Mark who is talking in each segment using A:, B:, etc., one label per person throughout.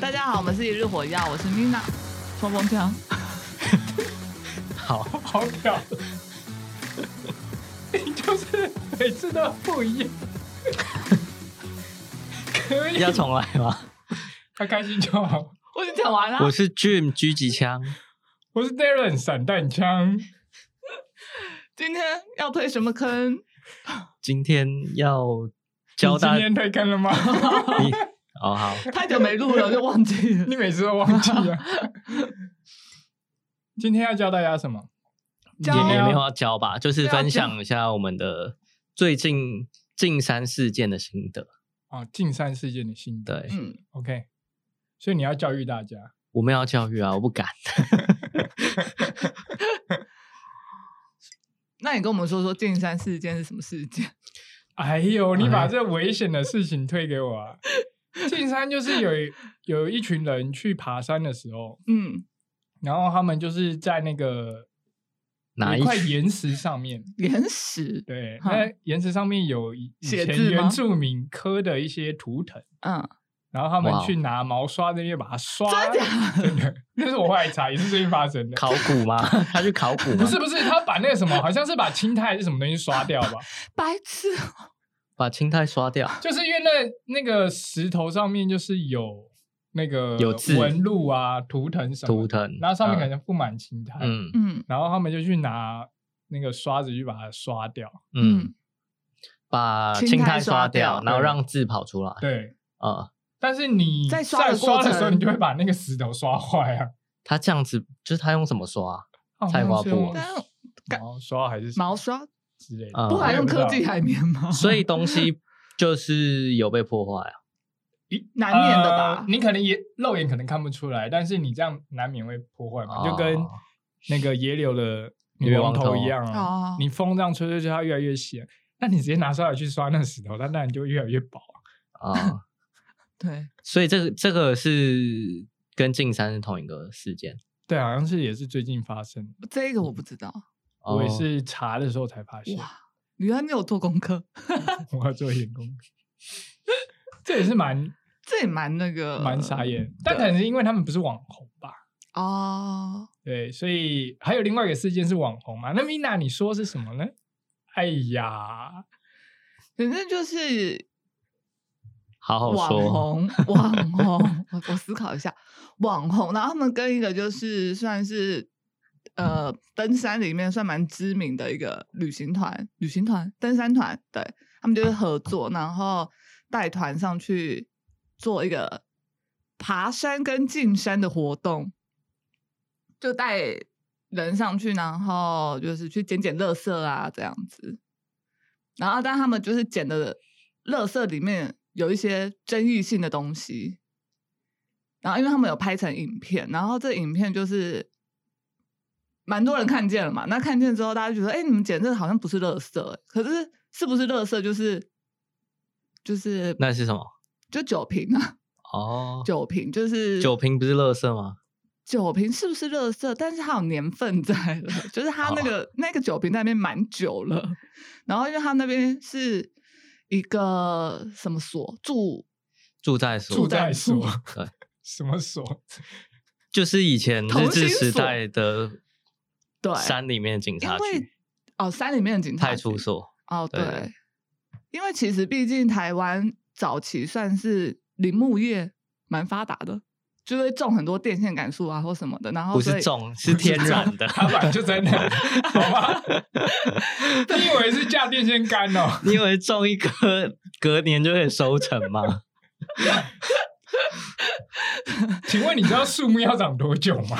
A: 大家好，我们是一日火药，我是 Mina，冲锋枪。
B: 好，
C: 好屌！ 你就是每次都不一样，可以
B: 要重来吗？
C: 他开心就好。
A: 我已经讲完了。
B: 我是 Jim 狙击枪，
C: 我是 Darren 散弹枪，
A: 今天要推什么坑？
B: 今天要教大
C: 你
B: 家
C: 今天退坑了吗？
B: 你哦好，
A: 太久没录了，就忘记了。
C: 你每次都忘记了。 今天要教大家什么？
A: 教
B: 也也没有要教吧，就是
A: 对啊
B: 分享一下我们的最近近山事件的心得。
C: 哦，进山事件的心得。
B: 对，
A: 嗯，
C: OK，所以你要教育大家。
B: 我没有要教育啊，我不敢。
A: 那你跟我们说说剑山事件是什么事件？
C: 哎呦，你把
B: 哎
C: 这危险的事情推给我啊！进山就是有一有一群人去爬山的时候，
A: 嗯，
C: 然后他们就是在那个
B: 哪
C: 有
B: 一
C: 块
B: 群
C: 岩石上面，
A: 岩石，
C: 对，
A: 哈
C: 那岩石上面有以以
A: 写
C: 前
A: 字吗
C: 原住民刻的一些图腾，
A: 嗯，
C: 然后他
B: 哇哦
C: 们去拿毛刷在那边把它刷，
A: 真假
C: 真的，那是我后来查也是最近发生的。
B: 考古 吗？他去考古吗？
C: 不是不是，他把那个什么，好像是把青苔还是什么东西刷掉吧？
A: 白痴，
B: 把青苔刷掉，
C: 就是因为那那个石头上面就是有那个
B: 有字
C: 纹路啊、图腾什么
B: 图
C: 的，
B: 腾，
C: 然后上面可能附满青苔，
B: 嗯
A: 嗯
C: 然后他们就去拿那个刷子去把它刷掉。
B: 嗯
A: 嗯，
B: 把
A: 青
B: 青
A: 苔
B: 苔
A: 刷
B: 刷掉，
A: 掉
B: 然后
C: 对
B: 让字跑出来。
C: 对，
B: 啊，
C: 但是你
A: 在
C: 在
A: 刷的过
C: 刷的时候，
A: 程
C: 你就会把那个石头刷坏 啊。
B: 他这样子就是他用什么刷？啊
C: 好
B: 菜
C: 像
B: 瓜
C: 是
B: 布
C: 用
A: 但
C: 毛刷还是什么
A: 毛刷
C: 之类
B: 啊
C: 的，
A: 不
C: 我
A: 还
C: 也
A: 用
C: 不知
A: 科
C: 道
A: 技海绵吗？
B: 嗯所以东西就是有被破坏啊。
A: 难免的
C: 呃
A: 吧？
C: 你可能也肉眼可能看不出来，但是你这样难免会破坏嘛，
B: 哦
C: 就跟那个野柳的女王头一样啊。
A: 哦，
C: 你风这样吹吹吹，它越来越咸。那你直接拿刷来去刷那石头，它当然就越来越薄啊。
B: 啊，
A: 对，
B: 所以这个这个是跟进山是同一个事件。
C: 对，好像是也是最近发生，
A: 这个我不知道。
B: 哦
C: 我也是查的时候才发现，
A: 哇，原来你有做功课，
C: 我要做一点功课。 这也是蛮
A: 这也蛮那个，
C: 蛮傻眼，但可能是因为他们不是网红吧？
A: 哦。
C: 对，所以还有另外一个事件是网红嘛？那 Mina 你说是什么呢？哎呀，
A: 反正就是
B: 好好
A: 网
B: 说，
A: 红，网红，我我思考一下，网红，然后他们跟一个就是算是呃登山里面算蛮知名的一个旅行团，旅行团登山团，对他们就是合作，然后带团上去做一个爬山跟进山的活动，就带人上去，然后就是去捡捡垃圾啊这样子，然后但他们就是捡的垃圾里面有一些争议性的东西，然后因为他们有拍成影片，然后这影片就是蛮多人看见了嘛。那看见之后，大家就觉得，哎、你们捡这个好像不是垃圾、欸，可是是不是垃圾就是就是
B: 那是什么？
A: 就酒瓶啊，
B: 哦，
A: 酒瓶就是
B: 酒瓶不是垃圾吗？
A: 酒瓶是不是垃圾？但是它有年份在了， 就是它
B: 哦
A: 那个、那个酒瓶在那边蛮久了。然后因为它那边是一个什么所住
B: 住在所，
C: 住在所
A: 住，
B: 对，
C: 什么所？
B: 就是以前日治时代的
A: 对
B: 山里面的警
A: 因
B: 察
A: 为
B: 局、
A: 哦山里面的警察
B: 派
A: 局
B: 出所，
A: 哦
B: 对
A: 对，因为其实毕竟台湾早期算是林木业蛮发达的，就会种很多电线杆树啊或什么的，然后
B: 不
A: 所
B: 是
A: 以
B: 种，是天然 的。
C: 他本来就在那， 好吧？你以为是架电线杆哦？
B: 你以为种一棵隔年就可以收成 吗？
C: 请问你知道树木要长多久吗？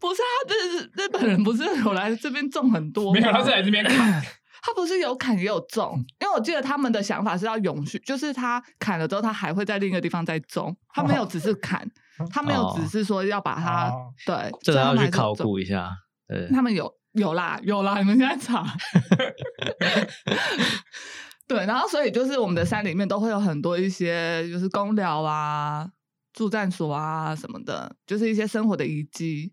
A: 不是啊，日日本人不是有来这边种很多吗，
C: 没有，他是来这边看。
A: 他不是有砍也有
B: 嗯
A: 种，因为我记得他们的想法是要永续，就是他砍了之后，他还会在另一个地方再种，他
B: 哦
A: 没有只是砍，他没有只是说要把它、
C: 哦
A: 对，
B: 嗯
A: 所
B: 这个
A: 以他
B: 要
A: 们还
B: 去
A: 是
B: 考
A: 种。
B: 古一下。对，
A: 他们有有啦有啦，你们现在查。 对，然后所以就是我们的山里面都会有很多一些就是公寮啊、住站所啊什么的，就是一些生活的遗迹。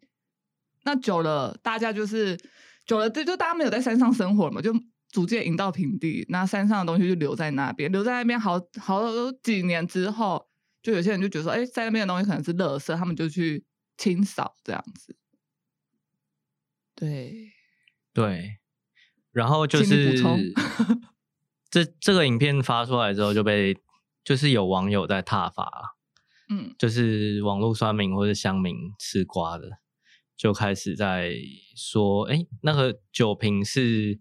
A: 那久了，大家就是久了，这就大家没有在山上生活了嘛，就逐渐引到平地。那山上的东西就留在那边，留在那边好好几年之后，就有些人就觉得说，哎、在那边的东西可能是垃圾，他们就去清扫这样子。对，
B: 对，然后就
A: 请你补
B: 是
A: 充
B: 这这个影片发出来之后就被就是有网友在挞伐啊，
A: 嗯，
B: 就是网络酸民或是乡民吃瓜的，就开始在说，哎、那个酒瓶是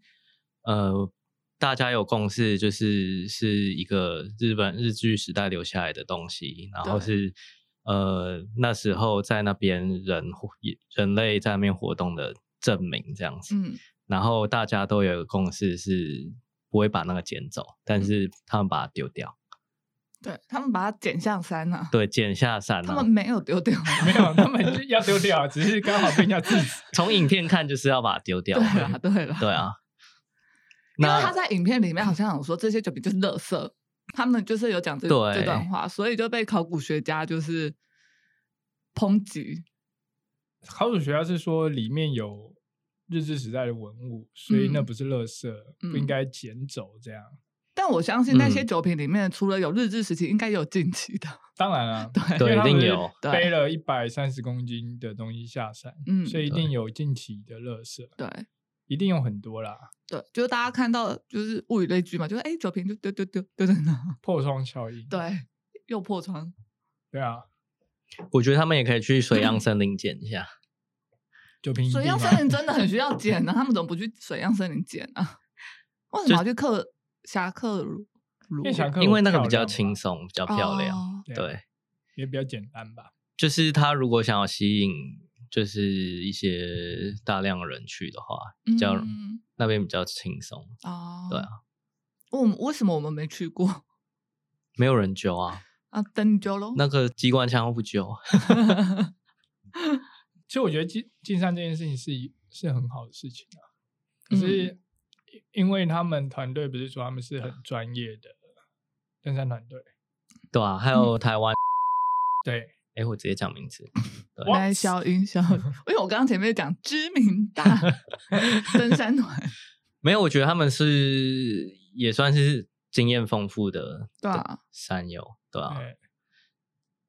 B: 呃，大家有共识，就是是一个日本日据时代留下来的东西，然后
A: 对
B: 是呃那时候在那边人活人类在那边活动的证明这样子，
A: 嗯，
B: 然后大家都有一个共识是不会把那个捡走，
C: 嗯
B: 但是他们把它丢掉，
A: 对他们把它捡下山了、
B: 对，捡下山、啊，
A: 他们没有丢掉，啊
C: 没有，他们就要丢掉，只是刚好被人家制 止。
B: 从影片看就是要把它丢掉
A: 对啦，
B: 嘛。
A: 对啦，
B: 对啊，
A: 因为他
B: 那
A: 在影片里面好像有说这些酒瓶就是垃圾，他们就是有讲这
B: 对
A: 这段话，所以就被考古学家就是抨击。
C: 考古学家是说里面有日治时代的文物，所以那
A: 嗯
C: 不是垃圾，不
A: 嗯
C: 应该捡走。这样，
A: 但我相信那些
B: 嗯
A: 酒瓶里面，除了有日治时期，应该也有近期的。
C: 当然啊，
A: 对
C: 因为
B: 对
C: 他
B: 一定
C: 们是
B: 有
A: 对
C: 背了一百三十公斤的东西下山，
A: 嗯
C: 所以一
B: 对
C: 定有近期的垃圾，
A: 对
C: 一定有很多啦，
A: 对，就是大家看到就是物以类聚嘛，就是哎、酒瓶就丢丢丢丢在那，
C: 破窗效应。
A: 对，又破窗。
C: 对啊，
B: 我觉得他们也可以去水漾森林捡一下。
C: 酒瓶一
A: 水
C: 定啊
A: 漾
C: 嘛
A: 森林真的很需要捡啊，他们怎么不去水漾森林捡啊？为什么要去克侠客鲁鲁
C: 因为侠客
B: 因为那个
C: 漂
B: 比较
C: 亮嘛
B: 轻松，比较漂亮。
A: 哦
C: 对啊
B: 对，
C: 也比较简单吧。
B: 就是他如果想要吸引，就是一些大量人去的话，比较
A: 嗯
B: 那边比较轻松，
A: 哦，
B: 对啊。
A: 我们为什么我们没去过
B: 没有人揪啊。
A: 啊？等你久喽。
B: 那个机关枪不揪，啊
C: 其实我觉得进进山这件事情是一是很好的事情啊，
B: 嗯
C: 可是因为他们团队不是说他们是很专业的登山团队，
B: 对啊。还
A: 嗯
B: 有台湾，
C: 对，
B: 哎、我直接讲名字，
C: 哇
A: 来消音消音，因为我刚刚前面讲知名大登山团，
B: 没有，我觉得他们是也算是经验丰富的，
A: 对啊，
B: 山友，对啊，
C: 对，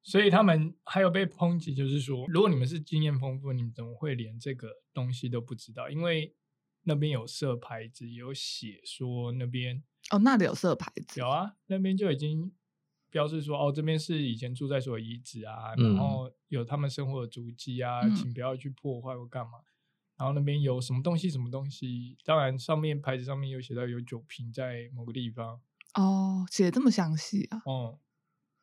C: 所以他们还有被抨击，就是说，如果你们是经验丰富，你们怎么会连这个东西都不知道？因为那边有设牌子，有写说那边
A: 哦，那里有设牌子，
C: 有啊，那边就已经标示说，哦，这边是以前住在所的遗址啊，
B: 嗯
C: 然后有他们生活的足迹啊，
A: 嗯
C: 请不要去破坏或干嘛。然后那边有什么东西，什么东西？当然，上面牌子上面有写到有酒瓶在某个地方，
A: 哦，写这么详细啊，
C: 哦、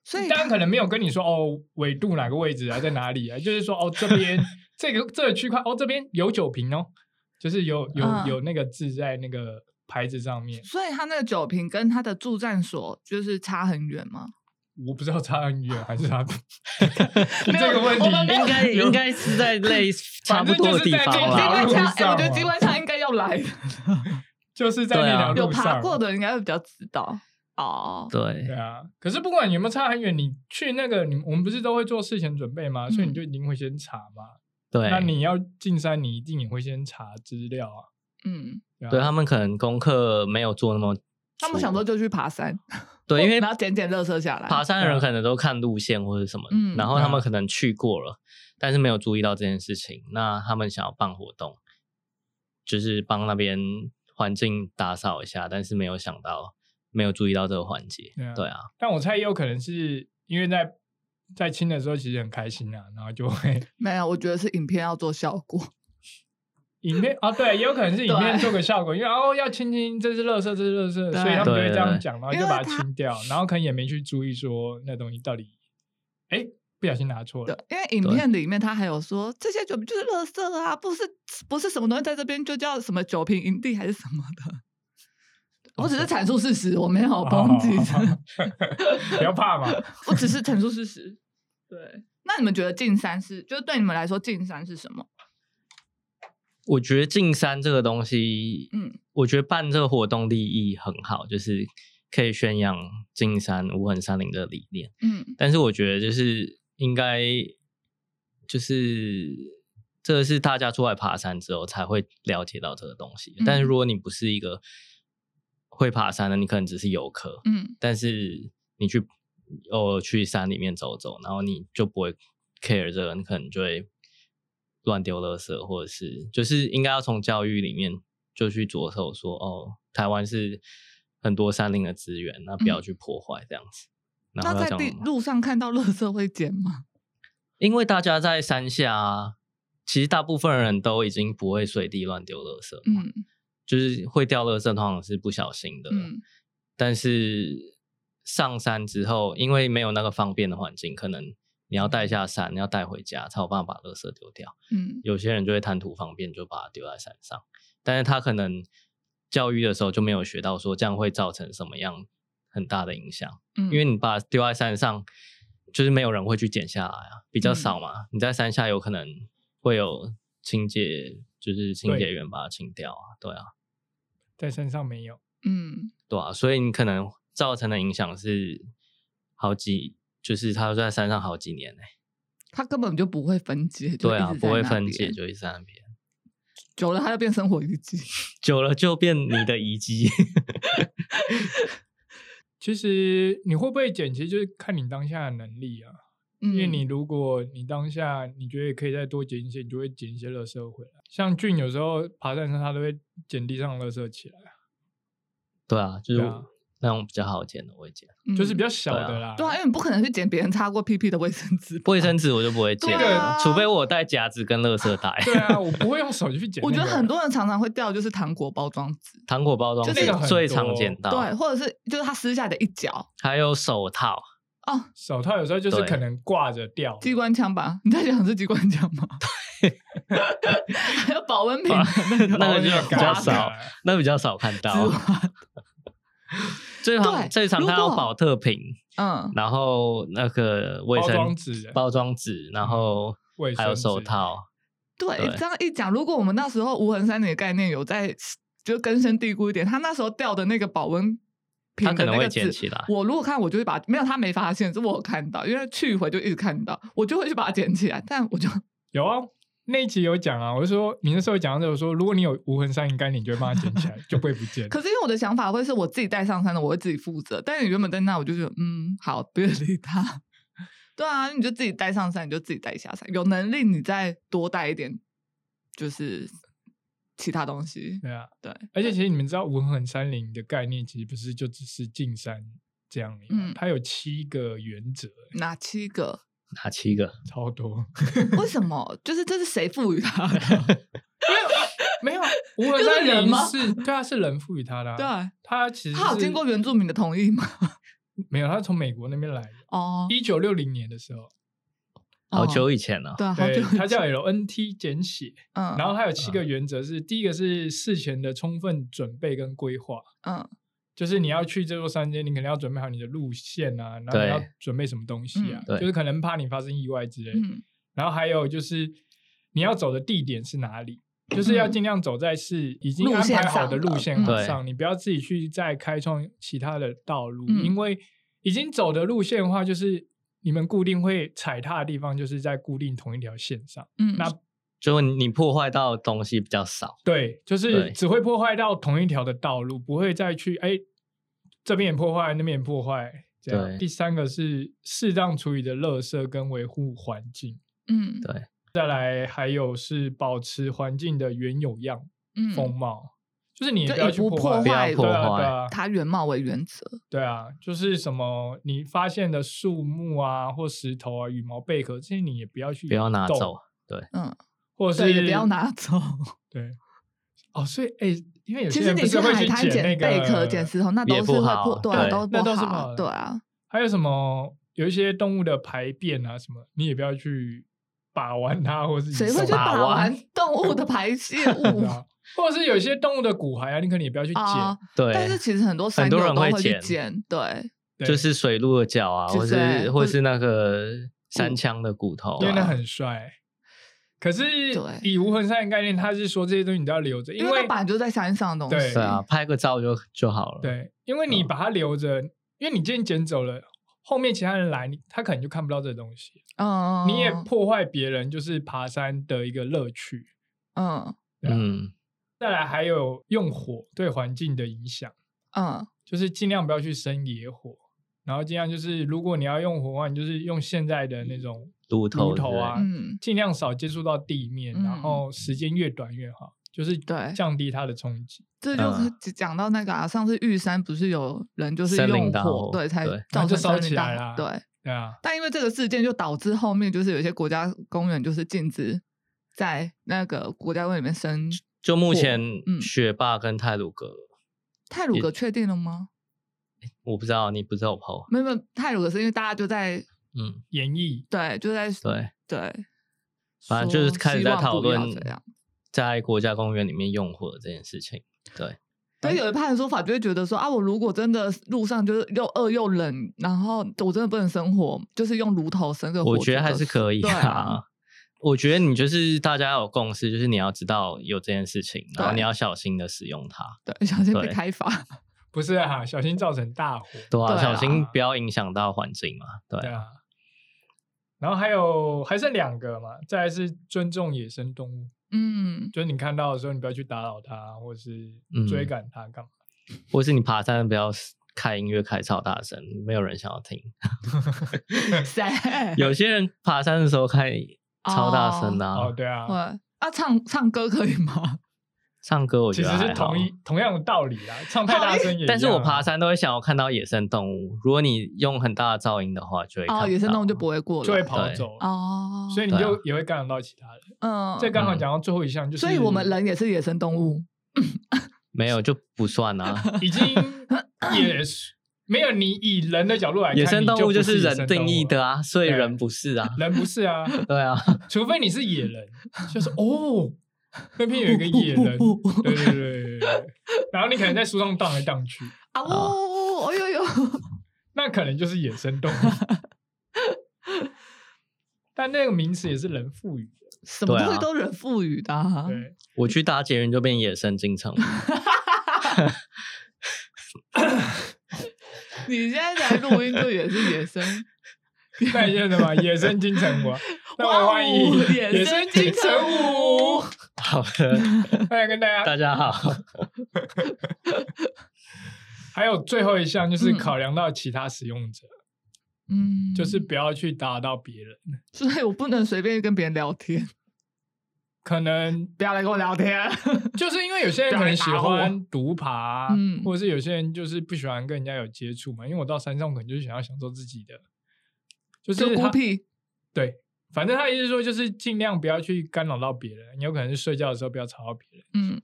A: 所以
C: 当然
A: 它
C: 可能没有跟你说哦，纬度哪个位置啊，在哪里啊？就是说哦，这 边这个这个区块哦，这边有酒瓶哦，就是有有、
A: 嗯
C: 有那个字在那个牌子上面，
A: 所以他那个酒瓶跟他的助战所就是差很远吗？
C: 我不知道差很远还 是差。你这个问题
A: 我们没有
B: 应 该
C: 有
B: 应该是在类似差
C: 反
B: 不
C: 正
B: 多的
C: 就是
B: 地
C: 在
B: 方
C: 这
A: 机
C: 个
B: 啦
A: 关
C: 地。路
A: 枪，哎、
C: 上
A: 我觉得
C: 嘛
A: 机关枪应该要来的，
C: 就是在
B: 对
C: 那
B: 啊
C: 条
A: 有
C: 路上
A: 爬过的应该会比较知道哦。
B: 对
C: 对啊，可是不管有没有差很远，你去那个你我们不是都会做事前准备吗？所以你
A: 嗯
C: 就一定会先查嘛。
B: 对，
C: 那你要进山，你一定也会先查资料啊。
A: 嗯，
C: 啊
B: 对他们可能功课没有做那么足，
A: 他们想说就去爬山，
B: 对，因为
A: 然后捡捡垃圾下来，
B: 爬山的
C: 对
B: 人
C: 啊
B: 可能都看路线或者什么，
A: 嗯
B: 然后他
C: 对
B: 们
C: 啊
B: 可能去过了，但是没有注意到这件事情。那他们想要办活动，就是帮那边环境打扫一下，但是没有想到，没有注意到这个环节
C: 对啊。
B: 对啊，
C: 但我猜也有可能是因为在在亲的时候其实很开心啊，然后就会
A: 没有，我觉得是影片要做效果。
C: 影片啊，对，也有可能是影片
A: 对
C: 做个效果，因为哦要亲亲，这是垃圾，这是垃圾，
A: 对
C: 所以他们就会
B: 对
C: 这样讲，然后
A: 因
C: 就
A: 为
C: 把它
A: 他
C: 清掉，然后可能也没去注意说那东西到底，哎，不小心拿错
A: 对
C: 了，，
A: 因为影
B: 对
A: 片里面他还有说这些酒瓶就是垃圾啊，不是不是什么东西在这边就叫什么酒瓶营地还是什么的。
B: 哦
A: 我只是阐述事实，我没有抨击 他，
C: 哦不要怕嘛，
A: 我只是阐述事实。 对，那你们觉得进山是，就是对你们来说进山是什么？
B: 我觉得进山这个东西，
A: 嗯，
B: 我觉得办这个活动利益很好，就是可以宣扬进山无痕山林的理念。
A: 嗯
B: 但是我觉得就是应该，就是这个是大家出来爬山之后才会了解到这个东西。
A: 嗯
B: 但是如果你不是一个会爬山的，你可能只是游客，
A: 嗯
B: 但是你去偶尔去山里面走走，然后你就不会 care 这个，你可能就会乱丢垃圾，或者是就是应该要从教育里面就去着手说，哦，台湾是很多山林的资源，那不要去破坏这样子。然
A: 嗯那
B: 后要
A: 在
B: 这
A: 地
B: 样
A: 路上看到垃圾会捡吗？
B: 因为大家在山下、啊，其实大部分人都已经不会随地乱丢垃圾，
A: 嗯，
B: 就是会掉垃圾，通常是不小心的。
A: 嗯
B: 但是上山之后，因为没有那个方便的环境，可能你要带下山，你要带回家，才有办法把垃圾丢掉。
A: 嗯
B: 有些人就会贪图方便，就把它丢在山上，但是他可能教育的时候就没有学到说这样会造成什么样很大的影响。
A: 嗯，
B: 因为你把它丢在山上，就是没有人会去捡下来啊，比较
A: 嗯
B: 少嘛。你在山下有可能会有清洁，就是清洁
C: 对
B: 员把它清掉啊，对啊，
C: 在山上没有，
A: 嗯
B: 对啊，所以你可能造成的影响是好几，就是它在山上好几年呢、
A: 它根本就不会分解，就
B: 对啊
A: 一，直在
B: 不会
A: 那
B: 分
A: 边
B: 解，就一直在那边，
A: 久了它就变生活遗迹。
B: 久了就变你的遗迹。
C: 其实你会不会捡，其实就是看你当下的能力啊。
A: 嗯，
C: 因为你如果你当下你觉得可以再多捡一些，你就会捡一些垃圾回来。像俊有时候爬山的时候，他都会捡地上的垃圾起来，
B: 对啊，就是
C: 对啊
B: 那种比较好捡的我会捡，
C: 就是比
A: 较
C: 较小
B: 对啊
C: 的啦。
A: 嗯对啊，因为你不可能去捡别人擦过屁屁的卫生纸吧，
B: 卫生纸我就不会捡
A: 对
B: 啊，
A: 啊
B: 除非我带夹子跟垃圾袋。
C: 对啊，我不会用手去捡那个。
A: 我觉得很多人常常会掉，就是糖果包装纸，
B: 糖果包装
A: 就
B: 纸
A: 那个很
B: 最
C: 多
B: 常见到，
A: 对，或者是就是它撕下来的一角
B: 还有手套，
A: 哦，
C: 手套有时候就是
B: 对
C: 可能挂着掉，
A: 机关枪吧？你在讲是机关枪 吗？还有保温瓶的那个，
B: 啊那个就比较
C: 刮
B: 少
C: 掉
B: 那比较少看到
A: 之。
B: 最常
A: 对
B: 最常
A: 如
B: 看到
A: 果
B: 保特瓶，
A: 嗯，
B: 然后那个卫
C: 包装
B: 生
C: 纸啊
B: 包装纸，然后
C: 嗯卫
B: 还有
C: 生
B: 手
C: 纸
B: 套。
A: 对
B: 对，
A: 这样一讲，如果我们那时候无痕山里的概念有在就根深蒂固一点，他那时候掉的那个保温瓶
B: 他可
A: 的
B: 能
A: 那
B: 会
A: 个
B: 捡
A: 纸
B: 起来
A: 我如果看，我就会把没有他没发现，是我有看到，因为去一回就一直看到，我就会去把它捡起来，但我就
B: 嗯
C: 有啊，那一集有讲啊，我就说你那时候讲到这个，我说如果你有无痕山应该你就会把它捡起来，就不会不见。
A: 可是因为我的想法会是我自己带上山的，我会自己负责。但你原本在那，我就觉得嗯，好，不要理他。 对啊，你就自己带上山，你就自己带下山。有能力你再多带一点，就是其他东西。
C: 对啊，
A: 对，
C: 而且其实你们知道无痕山林的概念其实不是就只是进山这样而已啊，
A: 嗯
C: 它有七个原则，
A: 哪七个？
B: 哪七个？
C: 超 多。
A: 为什么？就是这是谁赋予他 的？
C: 没有啊，无痕
A: 是
C: 山
A: 人
C: 林
A: 吗
C: 是对啊，是人赋予它的、啊。
A: 对，啊，
C: 它其实
A: 他有
C: 是
A: 经过原住民的同意吗？
C: 没有，它从美国那边来的，
A: 哦，
C: 一九六零年的时候，
B: 好久
A: 以
B: 以前了。
A: 哦对啊，好
C: 对
A: 久，
C: 它叫 LNT 简写。
A: 嗯，
C: 然后它有七个原则是：第一个是事前的充分准备跟规划，
A: 嗯
C: 就是你要去这座山间，你可能要准备好你的路线啊，然后你要
B: 对
C: 准备什么东西啊
A: 嗯，
B: 对
C: 就是可能怕你发生意外之类。
A: 嗯
C: 然后还有就是你要走的地点是哪里，就是要
A: 嗯
C: 尽量走在是已经
A: 路
C: 安
A: 线
C: 排好
A: 上的
C: 的路线
A: 嗯
B: 对
C: 上，你不要自己去再开创其他的道路，
A: 嗯
C: 因为已经走的路线的话，就是你们固定会踩踏的地方，就是在固定同一条线上。
A: 嗯，
C: 那
B: 就你破坏到的东西比较少，
C: 对，就是
B: 对
C: 只会破坏到同一条的道路，不会再去哎这边也破坏，那边也破坏。这样
B: 对
C: 第三个是适当处理的垃圾跟维护环境，
A: 嗯
B: 对，
C: 再来还有是保持环境的原有样
A: 嗯
C: 风貌，就是你也
A: 就
C: 不要
A: 也
C: 去
A: 不
C: 破
A: 破
C: 坏，
A: 坏
C: 对啊
B: 不要破
C: 对啊，
A: 他原貌为原则，
C: 对啊，就是什么你发现的树木啊或石头啊、羽毛贝壳这些，你也不要去
B: 不要拿
C: 动
B: 走，。
A: 嗯，
C: 或者
A: 对，
C: 是
A: 也不要拿走。
C: 对。哦，所以哎、因为有
A: 其
C: 些
A: 实
C: 人
A: 你
C: 不是会
A: 海
C: 去
A: 滩
C: 那
A: 捡
C: 个
A: 贝壳、捡石头，那都
B: 也
A: 是
B: 不
A: 会
B: 好
A: 破，对啊，
B: 对
A: 都
C: 那
A: 不
C: 都是不
A: 好
C: 好，的
A: 对啊，
C: 还有什么有一些动物的排便啊什么，你也不要去把玩它，或是
A: 谁会去
C: 把？
A: 把
B: 把玩
A: 玩动物的排泄
C: 对
A: 物
C: 啊或者是有一些动物的骨骸啊，你可能也不要去捡。
A: 啊？
B: 对，
A: 但是其实很多山
B: 很多
A: 友
B: 人
A: 都
B: 会
A: 会去
B: 捡
A: 捡，对，
C: 对
B: 就是水鹿的脚啊，
A: 就
B: 或
A: 是
B: 是
A: 或
B: 或
A: 是
B: 是那个山枪的骨头
C: 因为那
B: 啊，
C: 很帅。可是
A: 对
C: 以无痕山的概念，他是说这些东西你都要留着，
A: 因
C: 为
A: 它本来就在山上的东
C: 对
A: 西，
B: 对啊，拍个照就就好了。
C: 对，啊因为
A: 嗯
C: 你把它留着，因为你今天捡走了，后面其他人来，你他可能就看不到这东西，
A: 嗯，
C: 你也破坏别人就是爬山的一个乐趣。
A: 嗯
C: 对啊
B: 嗯，
C: 再来还有用火对环境的影响，
A: 嗯
B: 啊
C: 就是尽量不要去生野火，然后尽量就是，如果你要用火的话，你就是用现在的那种
B: 炉头
C: 炉头
B: 之类
C: 啊
B: 的
A: 嗯，
C: 尽量少接触到地面，
A: 嗯
C: 然后时间越短越好，就是
A: 对
C: 降低它的冲击。
A: 这就是
B: 嗯
A: 只讲到那个啊，上次玉山不是有人就是
B: 森林
A: 用
B: 大
A: 火
B: 火
A: 对才
B: 对
A: 造
C: 然后就
A: 成
C: 烧
A: 森林
C: 起
A: 大
C: 来
A: 火
C: 啦
A: 对，
C: 对啊，
A: 但因为这个事件就导致后面就是有一些国家公园就是禁止在那个国家公园里面生
B: 就目
A: 火
B: 前
A: 嗯，
B: 学霸跟泰鲁格，
A: 泰鲁格确定了吗？
B: 我不知道，你不知道我跑，
A: 没有没有，泰鲁格是因为大家就在
B: 嗯，
C: 演绎
A: 对就在
B: 对，
A: 对，
B: 反正就是
A: 说
B: 开始
A: 希
B: 在
A: 望
B: 讨
A: 不要
B: 论
A: 这样。
B: 在国家公园里面用火这件事情。对，哎
A: 所以有一派的说法就会觉得说啊，我如果真的路上就是又饿又冷，然后我真的不能生火，就是用炉头生个火，
B: 我觉得还是可以
A: 对啊。
B: 我觉得你就是大家有共识，就是你要知道有这件事情，然后
A: 对
B: 你要小心的使用它，
A: 对， 小心被
B: 对
A: 开发。
C: 不是啊，小心造成大火。
B: 对啊，
A: 对
B: 小
A: 啊
B: 心不要影响到环境嘛，对
C: 对
B: 啊，
C: 啊。然后还有还剩两个嘛，再来是尊重野生动物，
A: 嗯，
C: 就是你看到的时候，你不要去打扰它，或者是
B: 嗯
C: 追赶它干嘛？
B: 或是你爬山不要开音乐开超大声，没有人想 要听。
A: 谁？
B: 有些人爬山的时候开超大声的、啊
C: 哦，对啊，
A: 对啊，唱唱歌可以吗？
B: 唱歌我觉
C: 其
B: 得
C: 实是
B: 还好
C: 同。一同样的道理啦，唱太
A: 哦
C: 大声也一样啊。
B: 但是我爬山都会想要看到野生动物，如果你用很大的噪音的话，就会看
A: 哦，
B: 不
A: 野生动物
B: 到
A: 就不会过来，
C: 就会跑
B: 对
C: 走，
A: 哦。
C: 所以你
B: 对啊
C: 就也会干扰到其他人。
A: 嗯，
C: 这刚好
B: 嗯
C: 讲到最后一项，就是
A: 所以我们人也是野生动物。
B: 没有就不算 啊。
C: 已 经也是没有你以人的角度来看，
B: 野生动物
C: 你就不
B: 是
C: 是野
B: 人
C: 生
B: 定义的
C: 啊，
B: 啊，所以
C: 对
B: 人不是 啊。
C: 人不是啊，
B: 对啊，
C: 除非你是野人， 就是哦，那边有一个野 人，
A: 不不不
C: 对对对对对对，然后你可能在树上荡来荡去，
A: 啊呜！哦呦 呦，
C: 那可能就是野生动物。 但那个名词也是人赋予的，
A: 什么
B: 对啊
A: 东西都人赋予的啊。
C: 对，
B: 我去搭捷运就变野生金城武，
A: 你现在来录音就也是野 生，
C: 那你认得 吗？野生金城武啊，那
A: 哇哦
C: 我欢迎
A: 野
C: 生
A: 生
C: 金
A: 金
C: 城
A: 城
C: 武
A: 武，
B: 好的，
C: 欢迎跟大
B: 大家
C: 家。
B: 好。
C: 还有最后一项就是
A: 嗯
C: 考量到其他使用者，
A: 嗯，
C: 就是不要去打扰到别人。
A: 所以我不能随便跟别人聊天，
C: 可能
A: 不要来跟我聊 天。
C: 就是因为有些人可能喜欢独爬，
A: 嗯
C: 或者是有些人就是不喜欢跟人家有接触嘛。因为我到山上可能就是想要享受自己的，就是
A: 就孤
C: 他
A: 僻，
C: 对，反正他意思是说就是尽量不要去干扰到别人，你有可能是睡觉的时候不要吵到别人，
A: 嗯，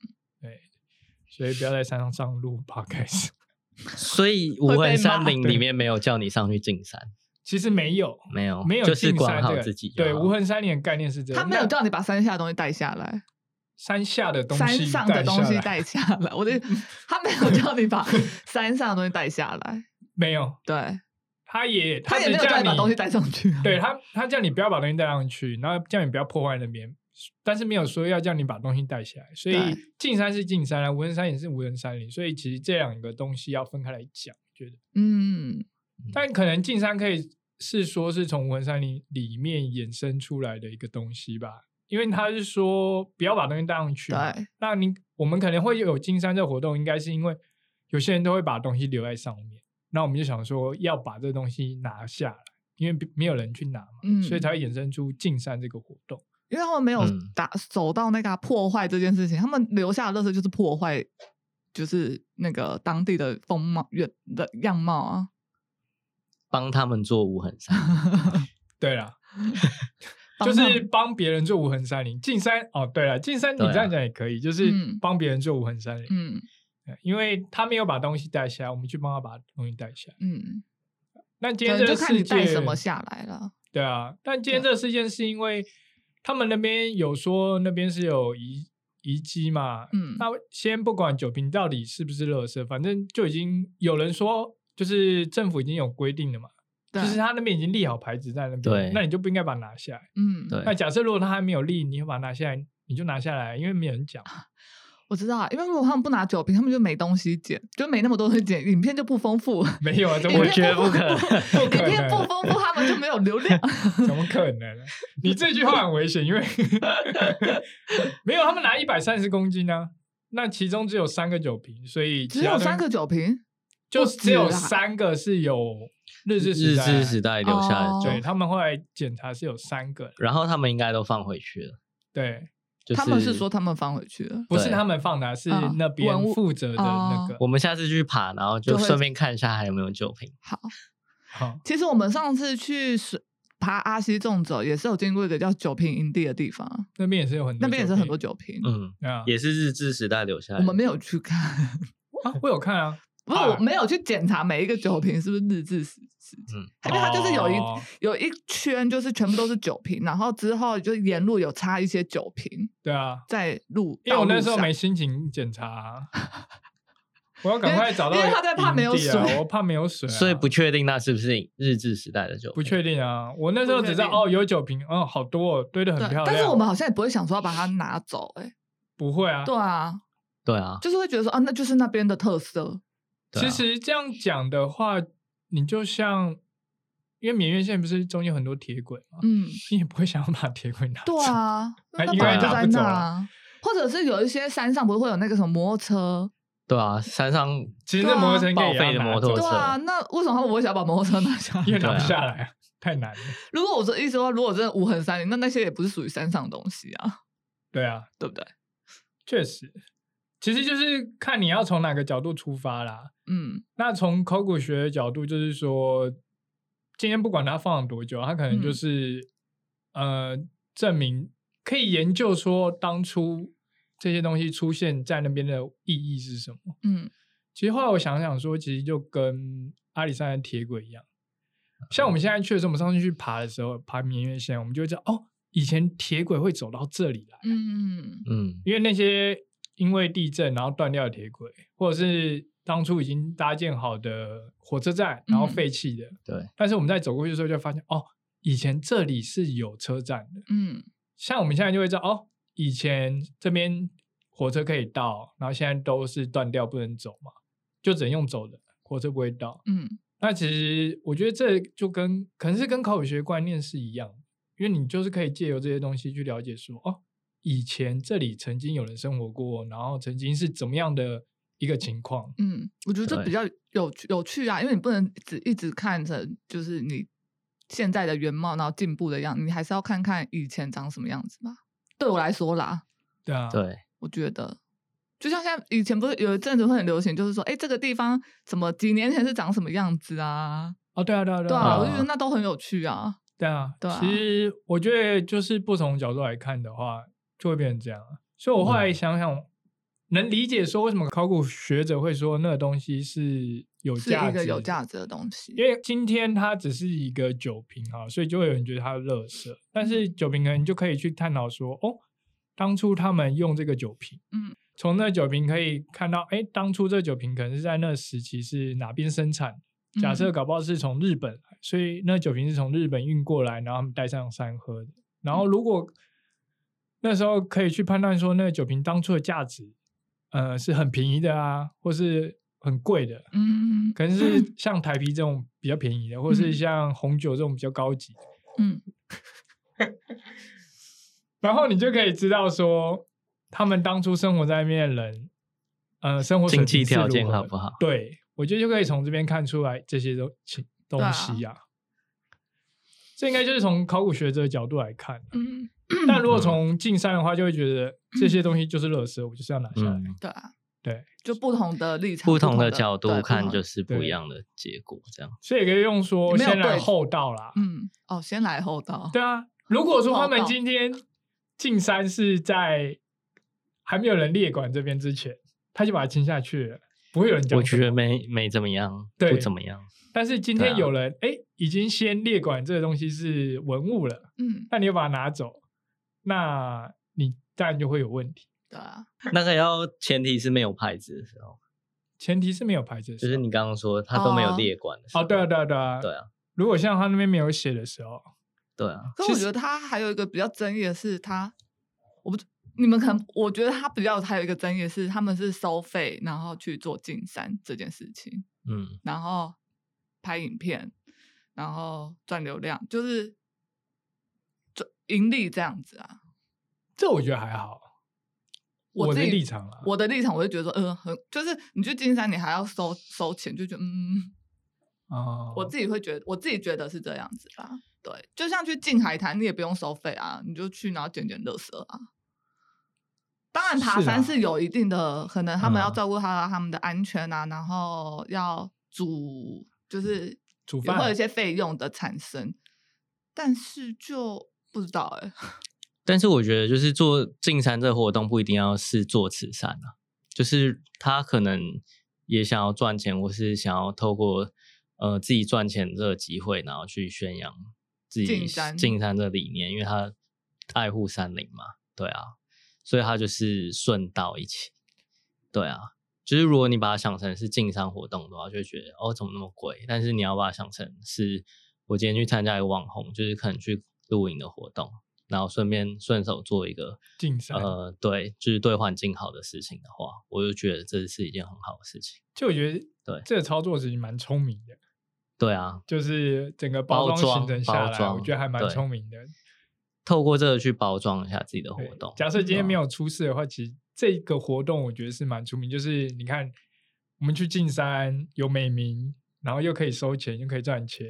C: 所以不要在山上上路爬开始。
B: 所以无
A: 会被
B: 痕山
A: 骂
B: 林里面没有叫你上去进山，
C: 其实没有，
B: 没有，
C: 没有
B: 就是
C: 进
B: 管
C: 山这
B: 好
C: 个
B: 自己就好。
C: 对，无痕山林的概念是这样，
A: 他没有
C: 那
A: 叫你把山下的东西带下来，
C: 山下的东西
A: 山上的东西
C: 下来
A: 带下来。我的， 他没有叫你把山上的东西带下来，
C: 没有，
A: 对
C: 他也
A: 他也
C: 只
A: 没有叫
C: 叫
A: 你把东西带上去 啊。
C: 对他，他叫你不要把东西带上去，然后叫你不要破坏那边，但是没有说要叫你把东西带下来。所以
A: 对
C: 进山是进山啊，无人山也是无人山林，所以其实这两个东西要分开来讲，觉得。
A: 嗯，
C: 但可能进山可以是说是从无人山林里面衍生出来的一个东西吧，因为他是说不要把东西带上去嘛。
A: 对，
C: 那你我们可能会有进山这个活动，应该是因为有些人都会把东西留在上面，那我们就想说要把这东西拿下来，因为没没有人去拿嘛。
A: 嗯，
C: 所以才会衍生出进山这个活动。
A: 因为他们没有
B: 嗯
A: 打走到那个啊破坏这件事情，他们留下的垃圾就是破坏，就是那个当地的风貌、原的样貌啊。
B: 帮他们做无痕山，
C: 对啦，
A: 帮
C: 就
A: 他
C: 是
A: 们
C: 帮别人做无痕山林。进山哦，对了，进山你
B: 对啊
C: 这样讲也可以，就是
A: 嗯
C: 帮别人做无痕山林，
A: 嗯
C: 对因为他没有把东西带下来，我们去帮他把东西带下来。
A: 嗯，
C: 那今
A: 可能
C: 天这
A: 啊就
C: 个
A: 看你
C: 事
A: 带
C: 件
A: 什么下来了。
C: 对啊，但今天这个事件是因为他们那边有说那边是有遗遗迹嘛，
A: 嗯
C: 那先不管酒瓶到底是不是垃圾，反正就已经有人说，就是政府已经有规定了嘛，
A: 对，
C: 就是他那边已经立好牌子在那边，
B: 对
C: 那你就不应该把它拿下来。
A: 嗯，
B: 对
C: 那假设如果他还没有立，你就把它拿下来，你就拿下来，因为没有 人讲。
A: 我知道啊，因为如果他们不拿酒瓶，他们就没东西剪，就没那么多东西剪，影片就不丰富。
C: 没有啊，怎
A: 影
C: 么
B: 我
A: 片
B: 觉得不可能
A: 丰富
C: 不可能
A: 影片不丰富，他们就没有流量。
C: 怎么可能？你这句话很危险，因为 没有他们啊拿一百三十公斤呢、那其中只有三个酒瓶，所 以
A: 只
C: 其他
A: 有
C: 东西
A: 三个酒瓶，
C: 就
A: 不
C: 只有
A: 止啦
C: 三个是有日治时
B: 日
C: 代，啊
B: 治时代留下来的
A: 哦
B: 照
C: 对
B: 片，
C: 他们后来检查是有三个，
B: 然后他们应该都放回去了。
C: 对，
B: 就是
A: 他们是说他们放回去了，
C: 不是
B: 对
C: 他们放的啊，是
A: 啊
C: 那边
A: 文物哦
C: 负责的那个。
B: 我们下次去爬，然后就
A: 就会
B: 顺便看一下还有没有酒瓶。
A: 好。
C: 好，
A: 其实我们上次去水爬阿西纵走，也是有经过一个叫九瓶营地的地方，
C: 那边也是有很多，
A: 那边也是很多，酒瓶，
B: 嗯，
C: 对啊，
B: 也是日治时代留下来
A: 我
B: 的。
A: 们没有去 看，
C: 啊，我有看啊，
A: 不是我没有去检查每一个酒瓶是不是日治时时期，
B: 嗯
A: 因为它就是有一
C: 哦
A: 有一圈就是全部都是酒瓶，然后之后就沿路有插一些酒瓶
C: 对啊，
A: 在路，
C: 因为我
A: 道
C: 那
A: 路
C: 时候
A: 上
C: 没心情检 查啊、我要赶快找到
A: 因
C: 营
A: 为因
C: 地啊、
A: 为他在怕没有水
C: 我怕没有水啊、
B: 所以不确定那是不是日治时代的酒瓶。
C: 不确定啊。我那时候只知道
A: 不确定
C: 哦，有酒瓶，哦，好多、哦，堆的很
A: 对
C: 漂亮。，
A: 但是我们好像也不会想说要把它拿走、欸，
C: 不会啊。
A: 对啊，
B: 对啊，
A: 就是会觉得说啊，那就是那边的特色，
B: 对啊
C: 其实这样讲的话，你就像，因为绵月线不是中间有很多铁轨嘛，
A: 嗯，
C: 你也不会想要把铁轨拿走。
A: 对啊，
C: 哎
A: 那
C: 因
A: 本
B: 为
A: 来就
B: 拿
A: 在
C: 不走
A: 那
C: 了
A: 啊，或者是有一些山上不是会有那个什么摩托车，
B: 对啊，山上
C: 其实那摩托车应该也要
B: 报废的
C: 拿
B: 摩
C: 走
B: 托
A: 啊对
B: 车
A: 啊，那为什么他们不会想要把摩托车拿下来？
C: 因为拿
B: 对
C: 不
B: 啊
C: 下来啊，太难了。
A: 如果我的意思的话，如果真的无痕山林，那那些也不是属于山上的东西啊，
C: 对啊，
A: 对不对？
C: 确实，其实就是看你要从哪个角度出发啦。
A: 嗯，
C: 那从考古学的角度，就是说，今天不管它放了多久，它可能就
A: 嗯
C: 是、呃，证明可以研究说当初这些东西出现在那边的意义是什么。
A: 嗯，
C: 其实后来我想想说，其实就跟阿里山的铁轨一样，像我们现在去的时候，我们上次去爬的时候，爬绵月线，我们就会知道哦，以前铁轨会走到这里来，
A: 嗯，
B: 嗯，
C: 因为那些因为地震然后断掉的铁轨，或者是当初已经搭建好的火车站，然后废弃的，
B: 对，
C: 但是我们在走过去的时候就发现，哦，以前这里是有车站的，
A: 嗯，
C: 像我们现在就会知道，哦，以前这边火车可以到，然后现在都是断掉不能走嘛，就只能用走的，火车不会到。
A: 嗯，
C: 那其实我觉得这就跟可能是跟考古学观念是一样，因为你就是可以借由这些东西去了解说，哦，以前这里曾经有人生活过，然后曾经是怎么样的一个情况。
A: 嗯，我觉得这比较有趣有趣啊，因为你不能只一直看着就是你现在的原貌，然后进步的样子，你还是要看看以前长什么样子吧。对我来说啦，
C: 对啊，
B: 对，
A: 我觉得，就像现在以前不是有一阵子会很流行，就是说，哎，这个地方怎么几年前是长什么样子啊？
C: 哦，对啊，对啊，
A: 对
C: 对
A: 啊，
C: 啊，
A: 我就觉得那都很有趣啊。
C: 对啊，
A: 对啊
C: 其实我觉得就是不同角度来看的话，就会变成这样啊。所以我后来想想，能理解说为什么考古学者会说那个东西是有
A: 是
C: 价值，
A: 一个有价值的东西
C: 因为今天它只是一个酒瓶啊，所以就会有人觉得它是垃圾。但是
A: 嗯
C: 酒瓶可能就可以去探讨说，哦，当初他们用这个酒瓶，
A: 嗯，
C: 从那酒瓶可以看到，哎，当初这酒瓶可能是在那时期是哪边生产的？假设
A: 嗯
C: 搞不好是从日本来，所以那酒瓶是从日本运过来，然后他们带上山喝的。然
A: 嗯
C: 后如果那时候可以去判断说，那个酒瓶当初的价值，呃，是很便宜的啊，或是很贵的，
A: 嗯
C: 可能是像台啤这种比较便宜的，或是
A: 嗯
C: 像红酒这种比较高级的，
A: 嗯
C: 然后你就可以知道说，他们当初生活在那边的人，呃，生活水
B: 经
C: 平
B: 济
C: 是
B: 条
C: 如
B: 件
C: 何
B: 好
C: 的
B: 不好？
C: 对，我觉得就可以从这边看出来这些东情东西呀、这应该就是从考古学者的角度来看，
A: 嗯，
C: 但如果从进山的话，就会觉得这些东西就是垃圾，我就是要拿下来。
B: 嗯，
A: 对啊，
C: 对，
A: 就不同的立场、
B: 不
A: 不
B: 同
A: 的
B: 的角度
A: 对不
B: 看
A: 同的
B: 就是不
C: 对
B: 一样的结果，这样。
C: 所以也可以用说
A: 没有
C: 先来
A: 对
C: 后到啦。
A: 嗯，哦，先来后到，
C: 对啊，如果说他
A: 报
C: 们
A: 告
C: 今天进山是在还没有人列管这边之前，他就把它清下去了，不会有人讲什么。
B: 我觉得没没怎么样，不
C: 对
B: 怎么样。
C: 但是今
B: 对
C: 天
B: 啊
C: 有人哎、诶已经先列管这个东西是文物了，
A: 嗯，
C: 那你又把它拿走，那你当然就会有问题。
A: 对啊，
B: 那个要前提是没有牌子的时候，
C: 前提是没有牌子的
B: 就
C: 时候，
B: 是你刚刚说他都没有列管的时候。
C: 哦，对啊，对啊，对啊，
B: 对啊，
C: 如果像他那边没有写的时候，
B: 对啊，
A: 可
C: 其
A: 我
C: 实
A: 觉得他还有一个比较争议的是他，我不，你们可能我觉得他比较还有一个争议的是他们是收费然后去做进山这件事情，
B: 嗯，
A: 然后拍影片，然后赚流量，就是赚盈利这样子啊。
C: 这我觉得还好。
A: 我
C: 的
A: 自己
C: 立场啊，
A: 我的立场，我就觉得说，嗯、很就是你去金山，你还要收收钱，就觉得嗯，
C: 啊，
A: 我自己会觉得，我自己觉得是这样子啦。
C: 哦
A: 对，就像去近海滩，你也不用收费啊，你就去然后捡捡垃圾啊。当然，爬
C: 是啊
A: 山是有一定的，可能他们要
B: 嗯
A: 照顾他他们的安全啊，然后要煮，就是
C: 嗯煮
A: 也
C: 饭
A: 会有一些费用的产生，但是就不知道哎、
B: 但是我觉得，就是做进山这个活动不一定要是做慈善啊，就是他可能也想要赚钱，或是想要透过呃自己赚钱这个机会，然后去宣扬自己
A: 进山
B: 进山的理念，因为他爱护山林嘛，对啊，所以他就是顺道一起，对啊。就是如果你把它想成是进山活动的话，就会觉得哦怎么那么贵？但是你要把它想成是，我今天去参加一个网红，就是可能去露营的活动，然后顺便顺手做一个
C: 进山。
B: 呃，对，就是对环境好的事情的话，我就觉得这是一件很好的事情。
C: 就我觉得
B: 对
C: 这个操作其实蛮聪明的，
B: 对啊，
C: 就是整个
B: 包
C: 包
B: 装
C: 装形成下
B: 包
C: 来，
B: 装
C: 我觉得还蛮
B: 对
C: 聪明的。
B: 透过这个去包装一下自己的活
C: 对
B: 动。嗯
C: 假设今天没
B: 有，
C: 有出事的话，其实这个活动我觉得是蛮出名。就是你看，我们去进山有美名，然后又可以收钱，又可以赚钱，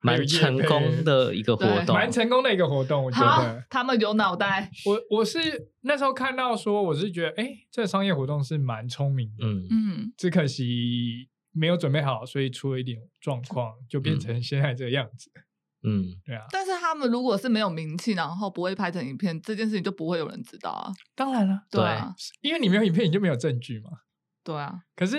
C: 还
B: 嗯蛮
C: 有业
B: 成
C: 配
B: 功，的一个活
A: 对
B: 动，
C: 蛮成功的一个活动。我觉
A: 好
C: 得，，
A: 他们有脑袋，
C: 我我是那时候看到说，我是觉得，哎，这个商业活动是蛮聪明的，
B: 嗯，
A: 嗯，
C: 只可惜没有准备好，所以出了一点状况，就变
B: 嗯
C: 成现在这个样子。
B: 嗯，
C: 对啊，
A: 但是他们如果是没有名气，然后不会拍成影片，这件事情就不会有人知道啊。
C: 当然了，
A: 对啊，
C: 因为你没有影片，你就没有证据嘛。
A: 对啊，
C: 可是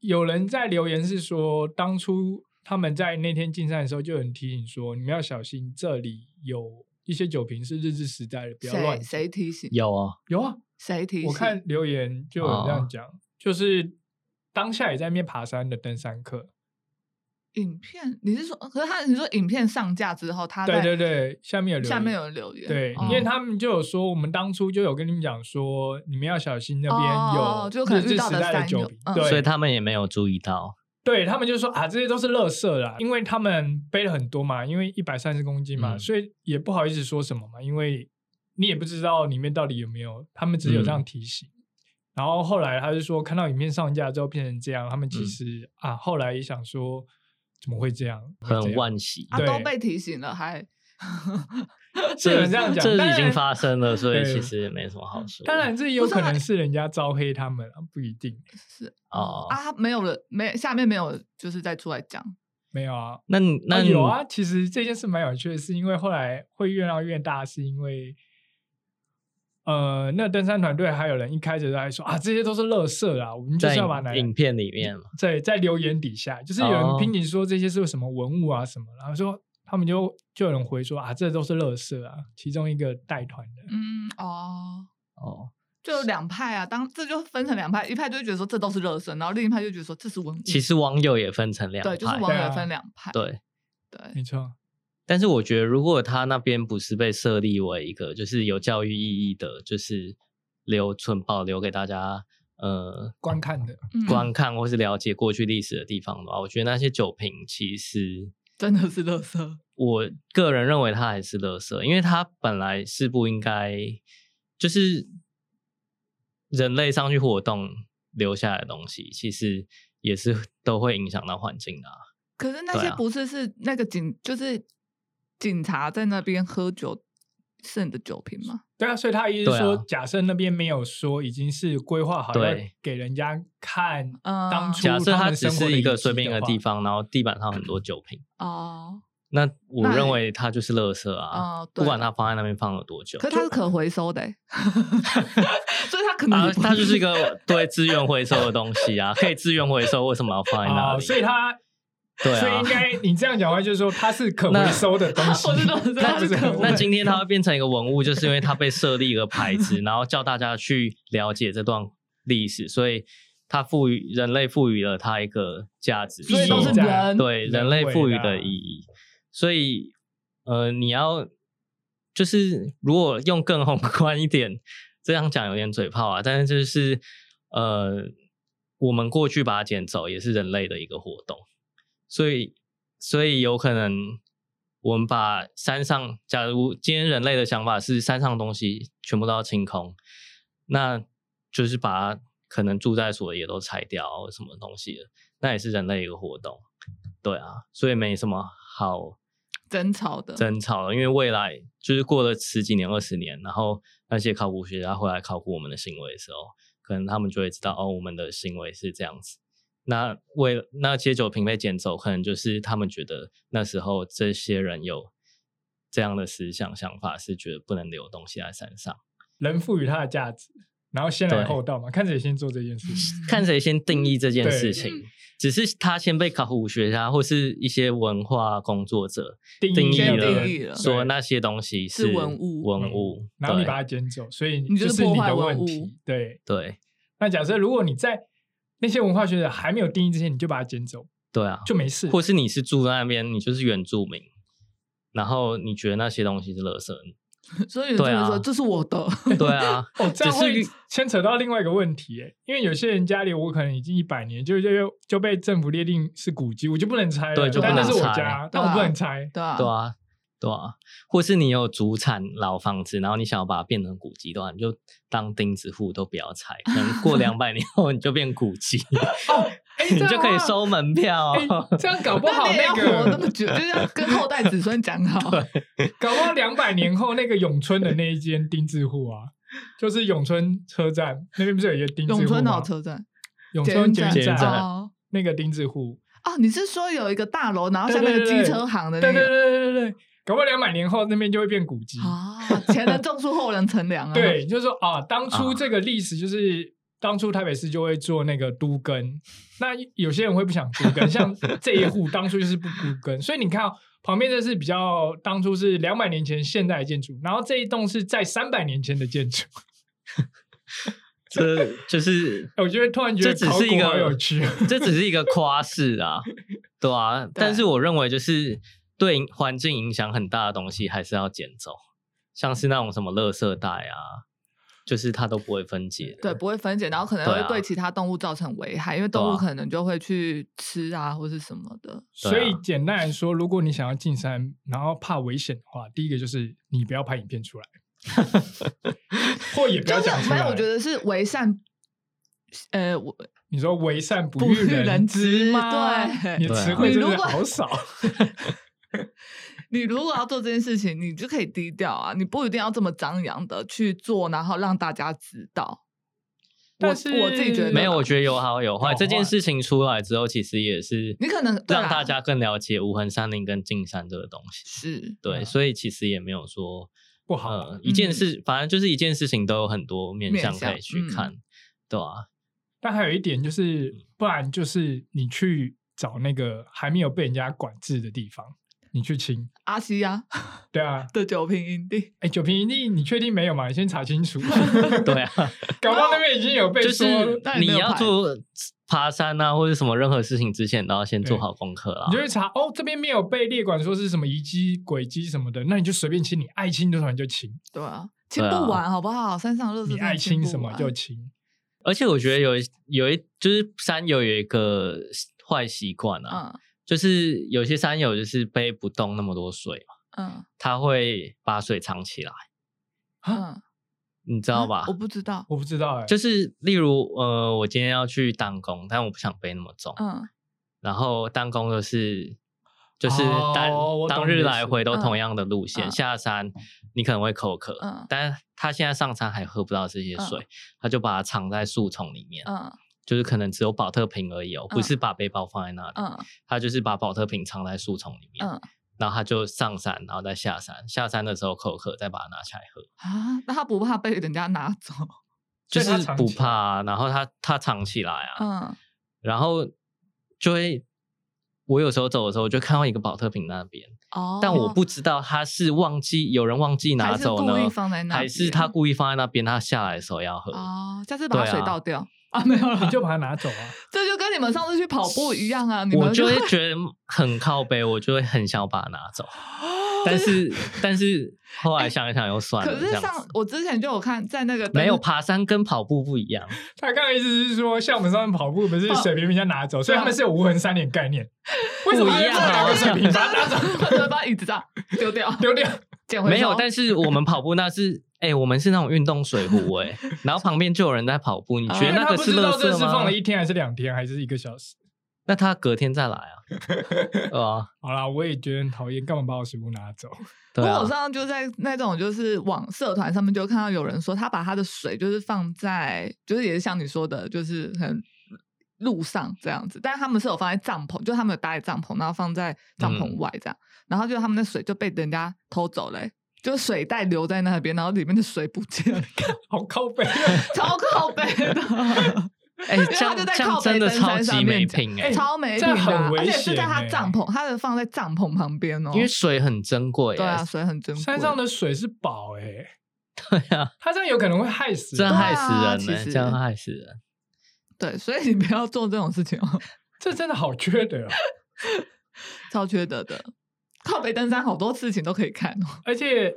C: 有人在留言是说，当初他们在那天进山的时候，就有人提醒说，你们要小心，这里有一些酒瓶是日治时代的，不要
A: 谁
C: 乱捡
A: 谁提醒？
B: 有啊，
C: 有啊，
A: 谁提醒？
C: 我看留言就有人这
B: 哦
C: 样讲，就是当下也在那边爬山的登山客，
A: 影片，你是说，可是他你说影片上架之后，他
C: 对
A: 在
C: 对对，下面有留言
A: 下面有人留言，
C: 对，
A: 哦
C: 因为他们就有说，我们当初就有跟你们讲说，你们要小心那
A: 哦哦哦
C: 边
A: 就
C: 有
A: 可能
C: 日治
A: 遇到
C: 时
A: 的
C: 代的
A: 山
C: 酒
A: 友
C: 瓶，
A: 嗯
C: 对，
B: 所以他们也没有注意到。
C: 对他们就说啊，这些都是垃圾啦，因为他们背了很多嘛，因为一百三十公斤嘛，
B: 嗯
C: 所以也不好意思说什么嘛，因为你也不知道里面到底有没有，他们只有
B: 嗯
C: 这样提醒。然后后来他就说，看到影片上架之后变成这样，他们
B: 嗯
C: 其实、啊，后来也想说，怎么会这样？
B: 很
C: 会这样
B: 惋惜，
A: 啊，
C: 嗯对
A: 都被提醒了，还
C: 是有人这样讲，
B: 这
C: 当
B: 已经
C: 然
B: 发生了，所以
C: 对
B: 其实没什么好说。
C: 当然，这有
A: 不是
C: 可
A: 啊
C: 能是人家招黑他们啊，不一定
A: 是
B: 哦
A: 啊，他没有人，没下面没有，就是再出来讲，
C: 没有啊。
B: 那你那
C: 啊
B: 你
C: 有啊，，其实这件事蛮有趣的，是因为后来会越闹越大，是因为呃，那登山团队还有人一开始还说啊，这些都是垃圾啦，我们就
B: 在
C: 是要把它拿
B: 影片里面嘛，
C: 在在留言底下，就是有人
B: 哦
C: 拼评说这些是什么文物啊什么，然后说他们就就有人回说啊，这都是垃圾啊，其中一个带团的。
A: 嗯，哦。
C: 嗯
B: 哦，
A: 就有两派啊，当这就分成两派，一派就会觉得说这都是热身，然后另一派就觉得说这是文物。
B: 其实网友也分成两派，
A: 对，就是
C: 网
A: 网
C: 对啊
A: 友分两派。
B: 对
A: 对，
C: 没错，
B: 但是我觉得，如果他那边不是被设立为一个就是有教育意义的，就是留存保留给大 家呃
C: 观看的
A: 嗯
B: 观看或是了解过去历史的地方的话，我觉得那些酒瓶其实
A: 真的是热身。
B: 我个人认为它还是垃圾，因为它本来是不应该就是人类上去活动留下来的东西，其实也是都会影响到环境的啊、
A: 可是那
B: 对
A: 些
B: 啊
A: 不是是那个警，就是警察在那边喝酒剩的酒瓶吗？
C: 对啊，所以他意思
B: 对啊
C: 是说，假设那边没有说已经是规划好要
B: 对
C: 给人家看
A: 嗯
C: 当初
B: 假设
C: 他
B: 它
C: 们
B: 只
C: 生活
B: 是
C: 的
B: 一个
C: 遗
B: 随
C: 迹
B: 便一
C: 的
B: 个
C: 话
B: 地方，然后地板上很 多酒瓶。
A: 哦，
B: 那我
A: 那
B: 认
A: 也
B: 为它就是垃圾啊，
A: 哦对
B: 不管它放在那边放了多久，
A: 可是它是可回收的欸、 所以它可能
B: 啊
A: 也，不
B: 它就是一个对资源回收的东西啊，可以资源回收，为什么要放在那
A: 哦
C: 啊，
B: 里？
C: 所以他
B: 对
C: 所以
B: 啊
C: 应，该你这样讲话，就是说它是可
B: 那
C: 回收的东西。
A: 我知道我知道
C: 它不是
A: 那
C: 可回
B: 那今天 它会变成一个文物，就是因为它被设立一个牌子，然后叫大家去了解这段历史，所以它赋予人类赋予了它一个价值，
A: 所以都是
B: 意义
A: 人
B: 对人类赋予的
C: 的
B: 意义。所以，呃，你要就是如果用更宏观一点，这样讲有点嘴炮啊，但是就是呃，我们过去把它捡走也是人类的一个活动，所以所以有可能我们把山上，假如今天人类的想法是山上的东西全部都要清空，那就是把可能住在所的也都拆掉啊什么东西的，那也是人类一个活动，对啊，所以没什么好
A: 争吵的，
B: 争吵了，因为未来就是过了十几年、二十年，然后那些考古学家会来考古我们的行为的时候，可能他们就会知道哦，我们的行为是这样子。那为了那些酒瓶被捡走，可能就是他们觉得那时候这些人有这样的思想想法，是觉得不能留东西在山上。
C: 人赋予它的价值，然后先来
B: 对
C: 后到嘛，看谁先做这件事 情。
B: 看谁先定义这件事
A: 嗯
B: 情，只是他先被考古学家或是一些文化工作者
C: 定义
B: 定
A: 先
B: 了，
A: 定义了
B: 说
C: 对嗯
B: 那些东西
A: 是文物
B: 文物，
C: 然后你把它
B: 对
C: 捡走，所以
A: 你就是
C: 是
A: 破
C: 你
A: 坏
C: 的
A: 文
C: 问
A: 物
C: 题。对，
B: 对
C: 那假设如果你在那些文化学者还没有定义之前，你就把它捡走，
B: 对啊，
C: 就没事。
B: 或是你是住在那边，你就是原住民，然后你觉得那些东西是垃圾，
A: 所以就
B: 对
A: 是
B: 啊
A: 说这是我的，
B: 对 啊，
C: 哦，这样会
B: 只是
C: 牵扯到另外一个问题耶，因为有些人家里我可能已经一百年，就就就被政府列定是古迹，我就不能拆了。
B: 对就
A: 不能
C: 但那是我
B: 拆
C: 家，
A: 对
C: 但
A: 啊
C: 我不能拆。
A: 对啊，
B: 对啊，对啊，或是你有祖产老房子，然后你想要把它变成古迹的话，你就当钉子户都不要拆，可能过两百年后你就变古 迹，
C: 哎，
B: 你
C: 这样
B: 就可以
C: 啊。
B: 收门票
C: 哎，这样搞不
A: 那
C: 好
A: 你也要
C: 那
A: 活那
C: 个，
A: 么久，就是要跟后代子孙讲好。
C: 搞不好两百年后那个永春的那一间丁字户啊，就是永春车站那边不是有一个丁字户吗
A: 永春岛车站，
C: 永春
A: 捷
C: 捷
A: 运
C: 运
B: 站
C: 站
A: 哦
C: 那个丁字户，
A: 哦，你是说有一个大楼，然后下
C: 对
A: 面
C: 对
A: 有
C: 对
A: 机车行的
C: 对
A: 那
C: 对
A: 个
C: 对对对对，搞不好两百年后那边就会变古迹。
A: 啊？前人种树，后人乘凉啊。
C: 对，就是说啊，当初
B: 嗯啊
C: 这个历史就是。当初台北市就会做那个都根，那有些人会不想都根，像这一户当初就是不都根，所以你看哦、旁边这是比较当初是两百年前现代的建筑，然后这一栋是在三百年前的建筑，
B: 这就是
C: 哎我觉得突然觉
B: 这
C: 得
B: 只
C: 考
B: 是一
C: 古
B: 个啊
C: 好有趣，哦
B: 这只是一个夸饰啊，对啊，但是我认为就是对环境影响很大的东西还是要捡走，像是那种什么垃圾袋啊，就是它都不会分解的，
A: 对，不会分解，然后可能
B: 对
A: 会
B: 啊
A: 对其他动物造成危害，因为
B: 对
A: 动物
B: 啊
A: 可能就会去吃啊，或是什么的。
C: 所以简单来说，如果你想要进山，然后怕危险的话，第一个就是你不要拍影 片出来，或也不
A: 就
C: 要讲
A: 是
C: 出
A: 没
C: 来。
A: 有，我觉得是为善，呃，我
C: 你说为善不
A: 不
C: 欲
A: 欲人
C: 知
A: 知
C: 吗？
A: 对
C: 你的
B: 对啊
C: 词汇真
A: 你
C: 的
A: 如果
C: 好少。
A: 你如果要做这件事情，你就可以低调啊，你不一定要这么张扬的去做，然后让大家知道。我
C: 但是
A: 我自己觉得
B: 没有，我觉得有好有坏。
C: 有
B: 这件
C: 坏
B: 事情出来之后，其实也是
A: 你可能对
B: 让
A: 啦
B: 大家更了解无痕山林跟进山这个东西。
A: 是啊
B: 对，
C: 嗯
B: 所以其实也没有说
C: 不好
B: 呃一件事，反正就是一件事情都有很多
A: 嗯
B: 面
A: 面
B: 向可
A: 向
B: 以去
A: 嗯
B: 看，对啊，
C: 但还有一点
B: 嗯
C: 就是，不然就是你去找那个还没有被人家管制的地方，你去清。
A: 阿西呀、
C: 对啊，
A: 的九瓶营地，
C: 哎，九平一地，你确定没有吗？你先查清楚。
B: 对啊，
C: 搞不好那边已经有被
B: 就
C: 说，
B: 是
A: 但也
B: 你
A: 没有
B: 要
A: 牌
B: 做爬山啊或者什么任何事情之前，都要先做
C: 对
B: 好功课啊啦
C: 你就。会查哦，这边没有被列管说是什么遗迹、轨迹什么的，那你就随便清，你爱清多少你就清，
A: 对啊，清
B: 对啊
A: 不完好不好？山上热
C: 你
A: 是
C: 爱清
A: 清
C: 什么就清。
B: 而且我觉得有一有一就是山友有一个坏习惯啊，
A: 嗯
B: 就是有些山友就是背不动那么多水嘛，
A: 嗯
B: 他会把水藏起来。
C: 啊
A: 嗯，
B: 你知
A: 知
B: 道吧？
A: 我不知道，
C: 我不知道哎，
B: 就是例如，呃，我今天要去弹弓，但我不想背那么重。
A: 嗯
B: 然后弹弓就是就是
C: 哦
B: 当、
C: 我懂
B: 当
C: 你
B: 日
C: 的
B: 来
C: 意思
B: 回都同
A: 嗯
B: 样的路线，
A: 嗯
B: 下山你可能会口渴，
A: 嗯
B: 但他现在上山还喝不到这些
A: 嗯
B: 水，他就把它藏在树丛里面，
A: 嗯
B: 就是可能只有保特瓶而已哦，不是把背包放在那里，
A: 嗯
B: 他就是把保特瓶藏在树丛里面。
A: 嗯
B: 然后他就上山，然后再下山。下山的时候口渴，再把它拿起来喝。
A: 啊，那他不怕被人家拿走？
B: 就
C: 所以他
B: 是
C: 藏
B: 不
C: 起来
B: 怕啊，然后他他藏起来啊，
A: 嗯
B: 然后就会，我有时候走的时候就看到一个保特瓶那边，
A: 哦，
B: 但我不知道他是忘记有人忘记拿走
A: 还是故
B: 呢
A: 意放在，那
B: 还是
A: 边
B: 他故意放在那边，他下来的时候要喝。
A: 哦，下次把
B: 对
A: 水
B: 啊
A: 倒掉啊，没有了
C: 你，就把它拿走啊。
A: 这就跟你们上次去跑步一样啊，你
B: 我
A: 们
B: 就会觉得很靠背，我就会很想把它拿走，但是但是后来想一想又算了，
A: 哦哎可
B: 这
A: 是
B: 样
A: 上
B: 子
A: 我之前就有看在那个登
B: 没有爬山跟跑步不一样，
C: 他刚刚意思是说，像我们上次跑步，不是水瓶被人家拿走，所以他们是有无痕三连概念。为什么
B: 哦啊不一
C: 要
B: 样啊
C: 拿个 水瓶把它拿走
A: 把把椅子上丢掉
C: 丢掉？
A: 捡回收
B: 没有，但是我们跑步那是哎、我们是那种运动水壶哎、然后旁边就有人在跑步，你
A: 啊
B: 觉
A: 因为
B: 得那
C: 他
B: 个
C: 不
B: 是
C: 知
B: 垃
C: 道这
B: 圾
C: 是放
B: 吗
C: 了？一天还是两天还是一个小时。
B: 那他隔天再来啊，对啊吧？
C: 好啦，我也觉得很讨厌，干嘛把我食物拿走？
B: 对
A: 我
B: 啊
A: 好，像就在那种就是网社团上面就看到有人说，他把他的水就是放在，就是也是像你说的，就是可能路上这样子，但他们是有放在帐篷，就他们有搭在帐篷，然后放在帐篷
B: 嗯
A: 外这样，然后就他们的水就被人家偷走了欸、就水袋留在那边，然后里面的水不见了，
C: 好靠背啊！
A: 超靠背的。
B: 哎、
A: 因为
B: 这
A: 他
B: 样
A: 就在
B: 这样
A: 靠北
B: 真的
A: 登
B: 超
A: 山
B: 级
A: 上
B: 没
A: 面讲
B: 品哎、
C: 哎
A: 超没
C: 这
A: 品的
C: 很
A: 啊，
C: 危
A: 而且是在他
C: 险欸
A: 帐篷，他的放在帐篷旁边哦，
B: 因为水很珍贵、
A: 对啊，
B: 哎，
A: 水很珍贵，
C: 山上的水是宝哎、
B: 对啊，
C: 它这样有可能会害死
B: 这样
C: 人。
B: 害死
A: 对啊
B: 人呢、
A: 其实
B: 这样害死人。
A: 对，所以你不要做这种事情哦。
C: 这真的好缺德、啊。
A: 超缺德的。靠北登山好多事情都可以看哦。
C: 而且，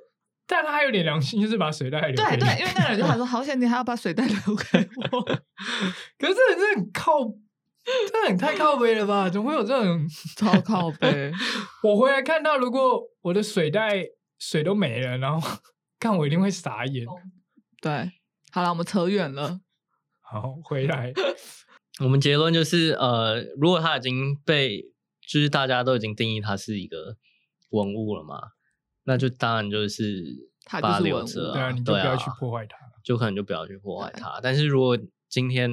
C: 但他还有点良心，就是把水袋留
A: 对
C: 给你。
A: 对，因为那个人就还说：“好险，你还要把水袋留 给我。
C: 可是这这很靠，这很太靠背了吧？怎么会有这种？”
A: 超靠北，
C: 我回来看到，如果我的水袋水都没了，然后 看我一定会傻眼。
A: 对，好了，我们扯远了。
C: 好，回来，
B: 我们结论就是，呃，如果它已经被，就是大家都已经定义它是一个文物了嘛，那就当然就是
A: 它
B: 把
A: 就是
B: 它留
A: 文物
B: 着、
C: 对啊，
B: 啊，
C: 你就
B: 对
C: 不要
B: 啊，
C: 去破坏它。
B: 就可能就不要去破坏
A: 对
B: 它。但是如果今天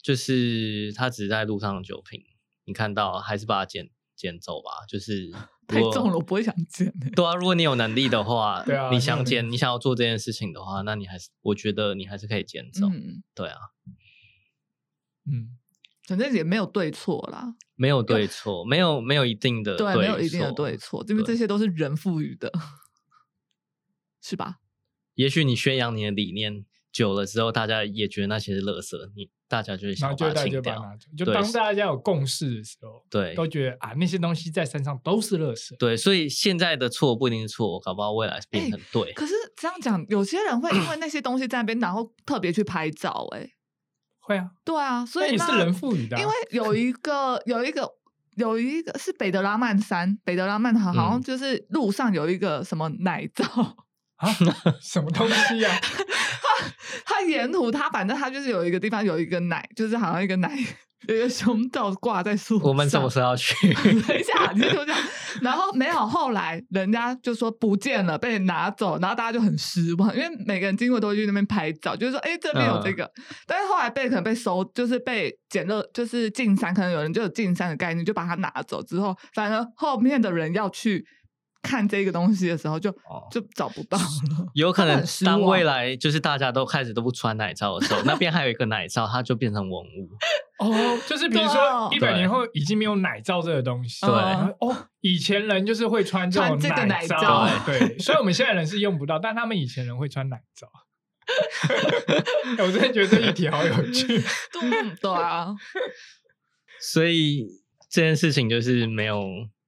B: 就是它只是在路上的酒瓶，你看到还是把它捡捡走吧，就是
A: 太
B: 如果
A: 重了，我不会想捡
C: 嗯
A: 欸
B: 对啊，如果你有能力的话，
C: 对啊
B: 你
C: 你有
B: 想
C: 能力
B: 捡，你想要做这件事情的话，那你还是我觉得你还是可以捡走。
A: 嗯，
B: 对啊，
C: 嗯，
A: 反正也没有对错啦，
B: 没有对错，没有没有一定的
A: 呃对，没有一定的
B: 错哦
A: 对。错，因为
B: 对
A: 这些都是人赋予的，是吧？
B: 也许你宣扬你的理念久了之后，大家也觉得那些是垃圾，你大家就会
C: 然
B: 想要
C: 后就
B: 把它
C: 大家
B: 清
C: 就把它
B: 掉。
C: 拿走。就
B: 对
C: 当
B: 是
C: 大家有共识的时候，
B: 对
C: 都觉得啊，那些东西在山上都是垃圾。
B: 对，所以现在的错不一定是错，搞不好未来变成对。
A: 可是这样讲，有些人会因为那些东西在那边，然后特别去拍照、欸，哎，
C: 会啊，
A: 对啊，所
C: 那
A: 以
C: 也是
A: 那
C: 人赋予的啊、
A: 因为有一个有一个有一个是北德拉曼山，北德拉曼好好像
B: 嗯
A: 就是路上有一个什么奶罩，
C: 啊， 什么东西啊？
A: 它沿途它反正它就是有一个地方有一个奶，就是好像一个奶有一个胸罩挂在树上。
B: 我们什么时候要去？
A: 等一下，你就这样。然后没有，后来人家就说不见了，被拿走，然后大家就很失望，因为每个人经过都会去那边拍照，就是说，哎、这边有这
B: 嗯
A: 个。但是后来被可能被收，就是被捡漏，就是进山，可能有人就有进山的概念，就把它拿走之后，反而后面的人要去看这个东西的时候就，
B: 哦
A: 就找不到了。
B: 有可
A: 他们
B: 能
A: 很失望
B: 当未来就是大家都开始都不穿奶罩的时候，那边还有一个奶罩，它就变成文物。
C: 哦，就是比如
A: 对哦
C: 说一百年后已经没有奶罩这个东西，
B: 对
C: 然后哦，以前人就是会穿这种
A: 穿这个
C: 奶
A: 奶罩
C: 对，所以我们现在人是用不到，但他们以前人会穿奶 罩。哎我真的觉得这一题好有趣，
A: 嗯对啊，
B: 所以这件事情就是没有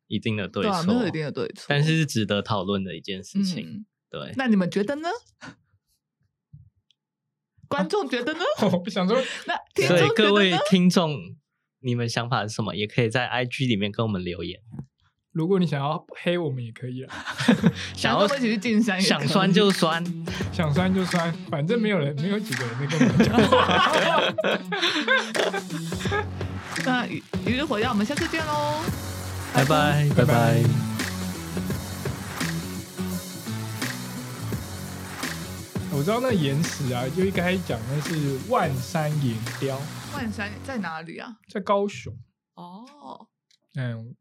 B: 一定的对
A: 对
B: 错，
A: 啊，没有一定的对错。
B: 但是是值得讨论的一件事情。
A: 嗯，
B: 对，
A: 那你们觉得呢？ 观众觉得呢？
C: 哦我不想说，
A: 那听
B: 所以
A: 众觉
B: 各
A: 得
B: 位
A: 呢？
B: 听众，你们想法是什么？也可以在 IG 里面跟我们留言。
C: 如果你想要黑我们也可以啊，
A: 想要一起去进哎山也可以，
B: 想酸就酸，
C: 想酸就酸，反正没有人，没有几个人在跟我们讲话。
A: 那一一日火药，我们下次见喽。
B: 拜拜，拜拜。
C: 我知道那岩石啊，就一开始讲那是万山岩雕，
A: 万山在哪里啊？
C: 在高雄，
A: 哦，
C: 嗯，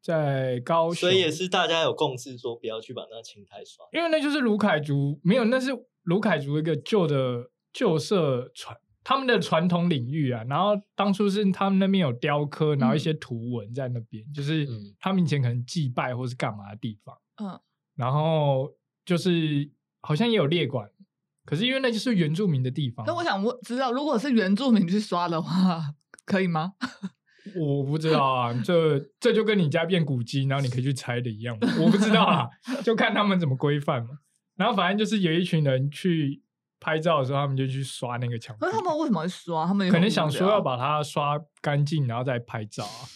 C: 在高雄，
B: 大家有共识说不要去把那青苔刷。
C: 因为那就是卢凯族，没有，那是卢凯族一个旧的旧社传他们的传统领域啊。然后当初是他们那边有雕刻，然后一
A: 嗯
C: 些图文在那边，就是
B: 嗯
C: 他们以前可能祭拜或是干嘛的地方。
A: 嗯，
C: 然后就是好像也有列管，可是因为那就是原住民的地方，
A: 那我想问，知道如果是原住民去刷的话，可以吗？
C: 我不知道啊，这这就跟你家变古迹，然后你可以去拆的一样嘛，我不知道啊， 就看他们怎么规范嘛。然后反正就是有一群人去拍照的时候，他们就去刷那个墙壁
A: 可是，他们为什么会刷？他们有
C: 可
A: 没有
C: 能想说
A: 无聊
C: 要把它刷干净，然后再拍照啊。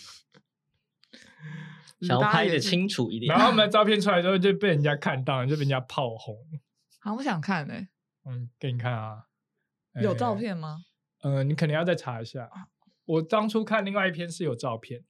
B: 想要
A: 就是大家
B: 拍的，
A: 也是
B: 清楚一点
C: 然。后他们的照片出来之后就被人家看到，就被人家炮轰。
A: 啊，我想看嘞、
B: 哎
C: 嗯，给你看啊，
A: 有照
C: 呃
A: 片吗？
C: 呃，你可能要再查一下。我当初看另外一篇是有照片，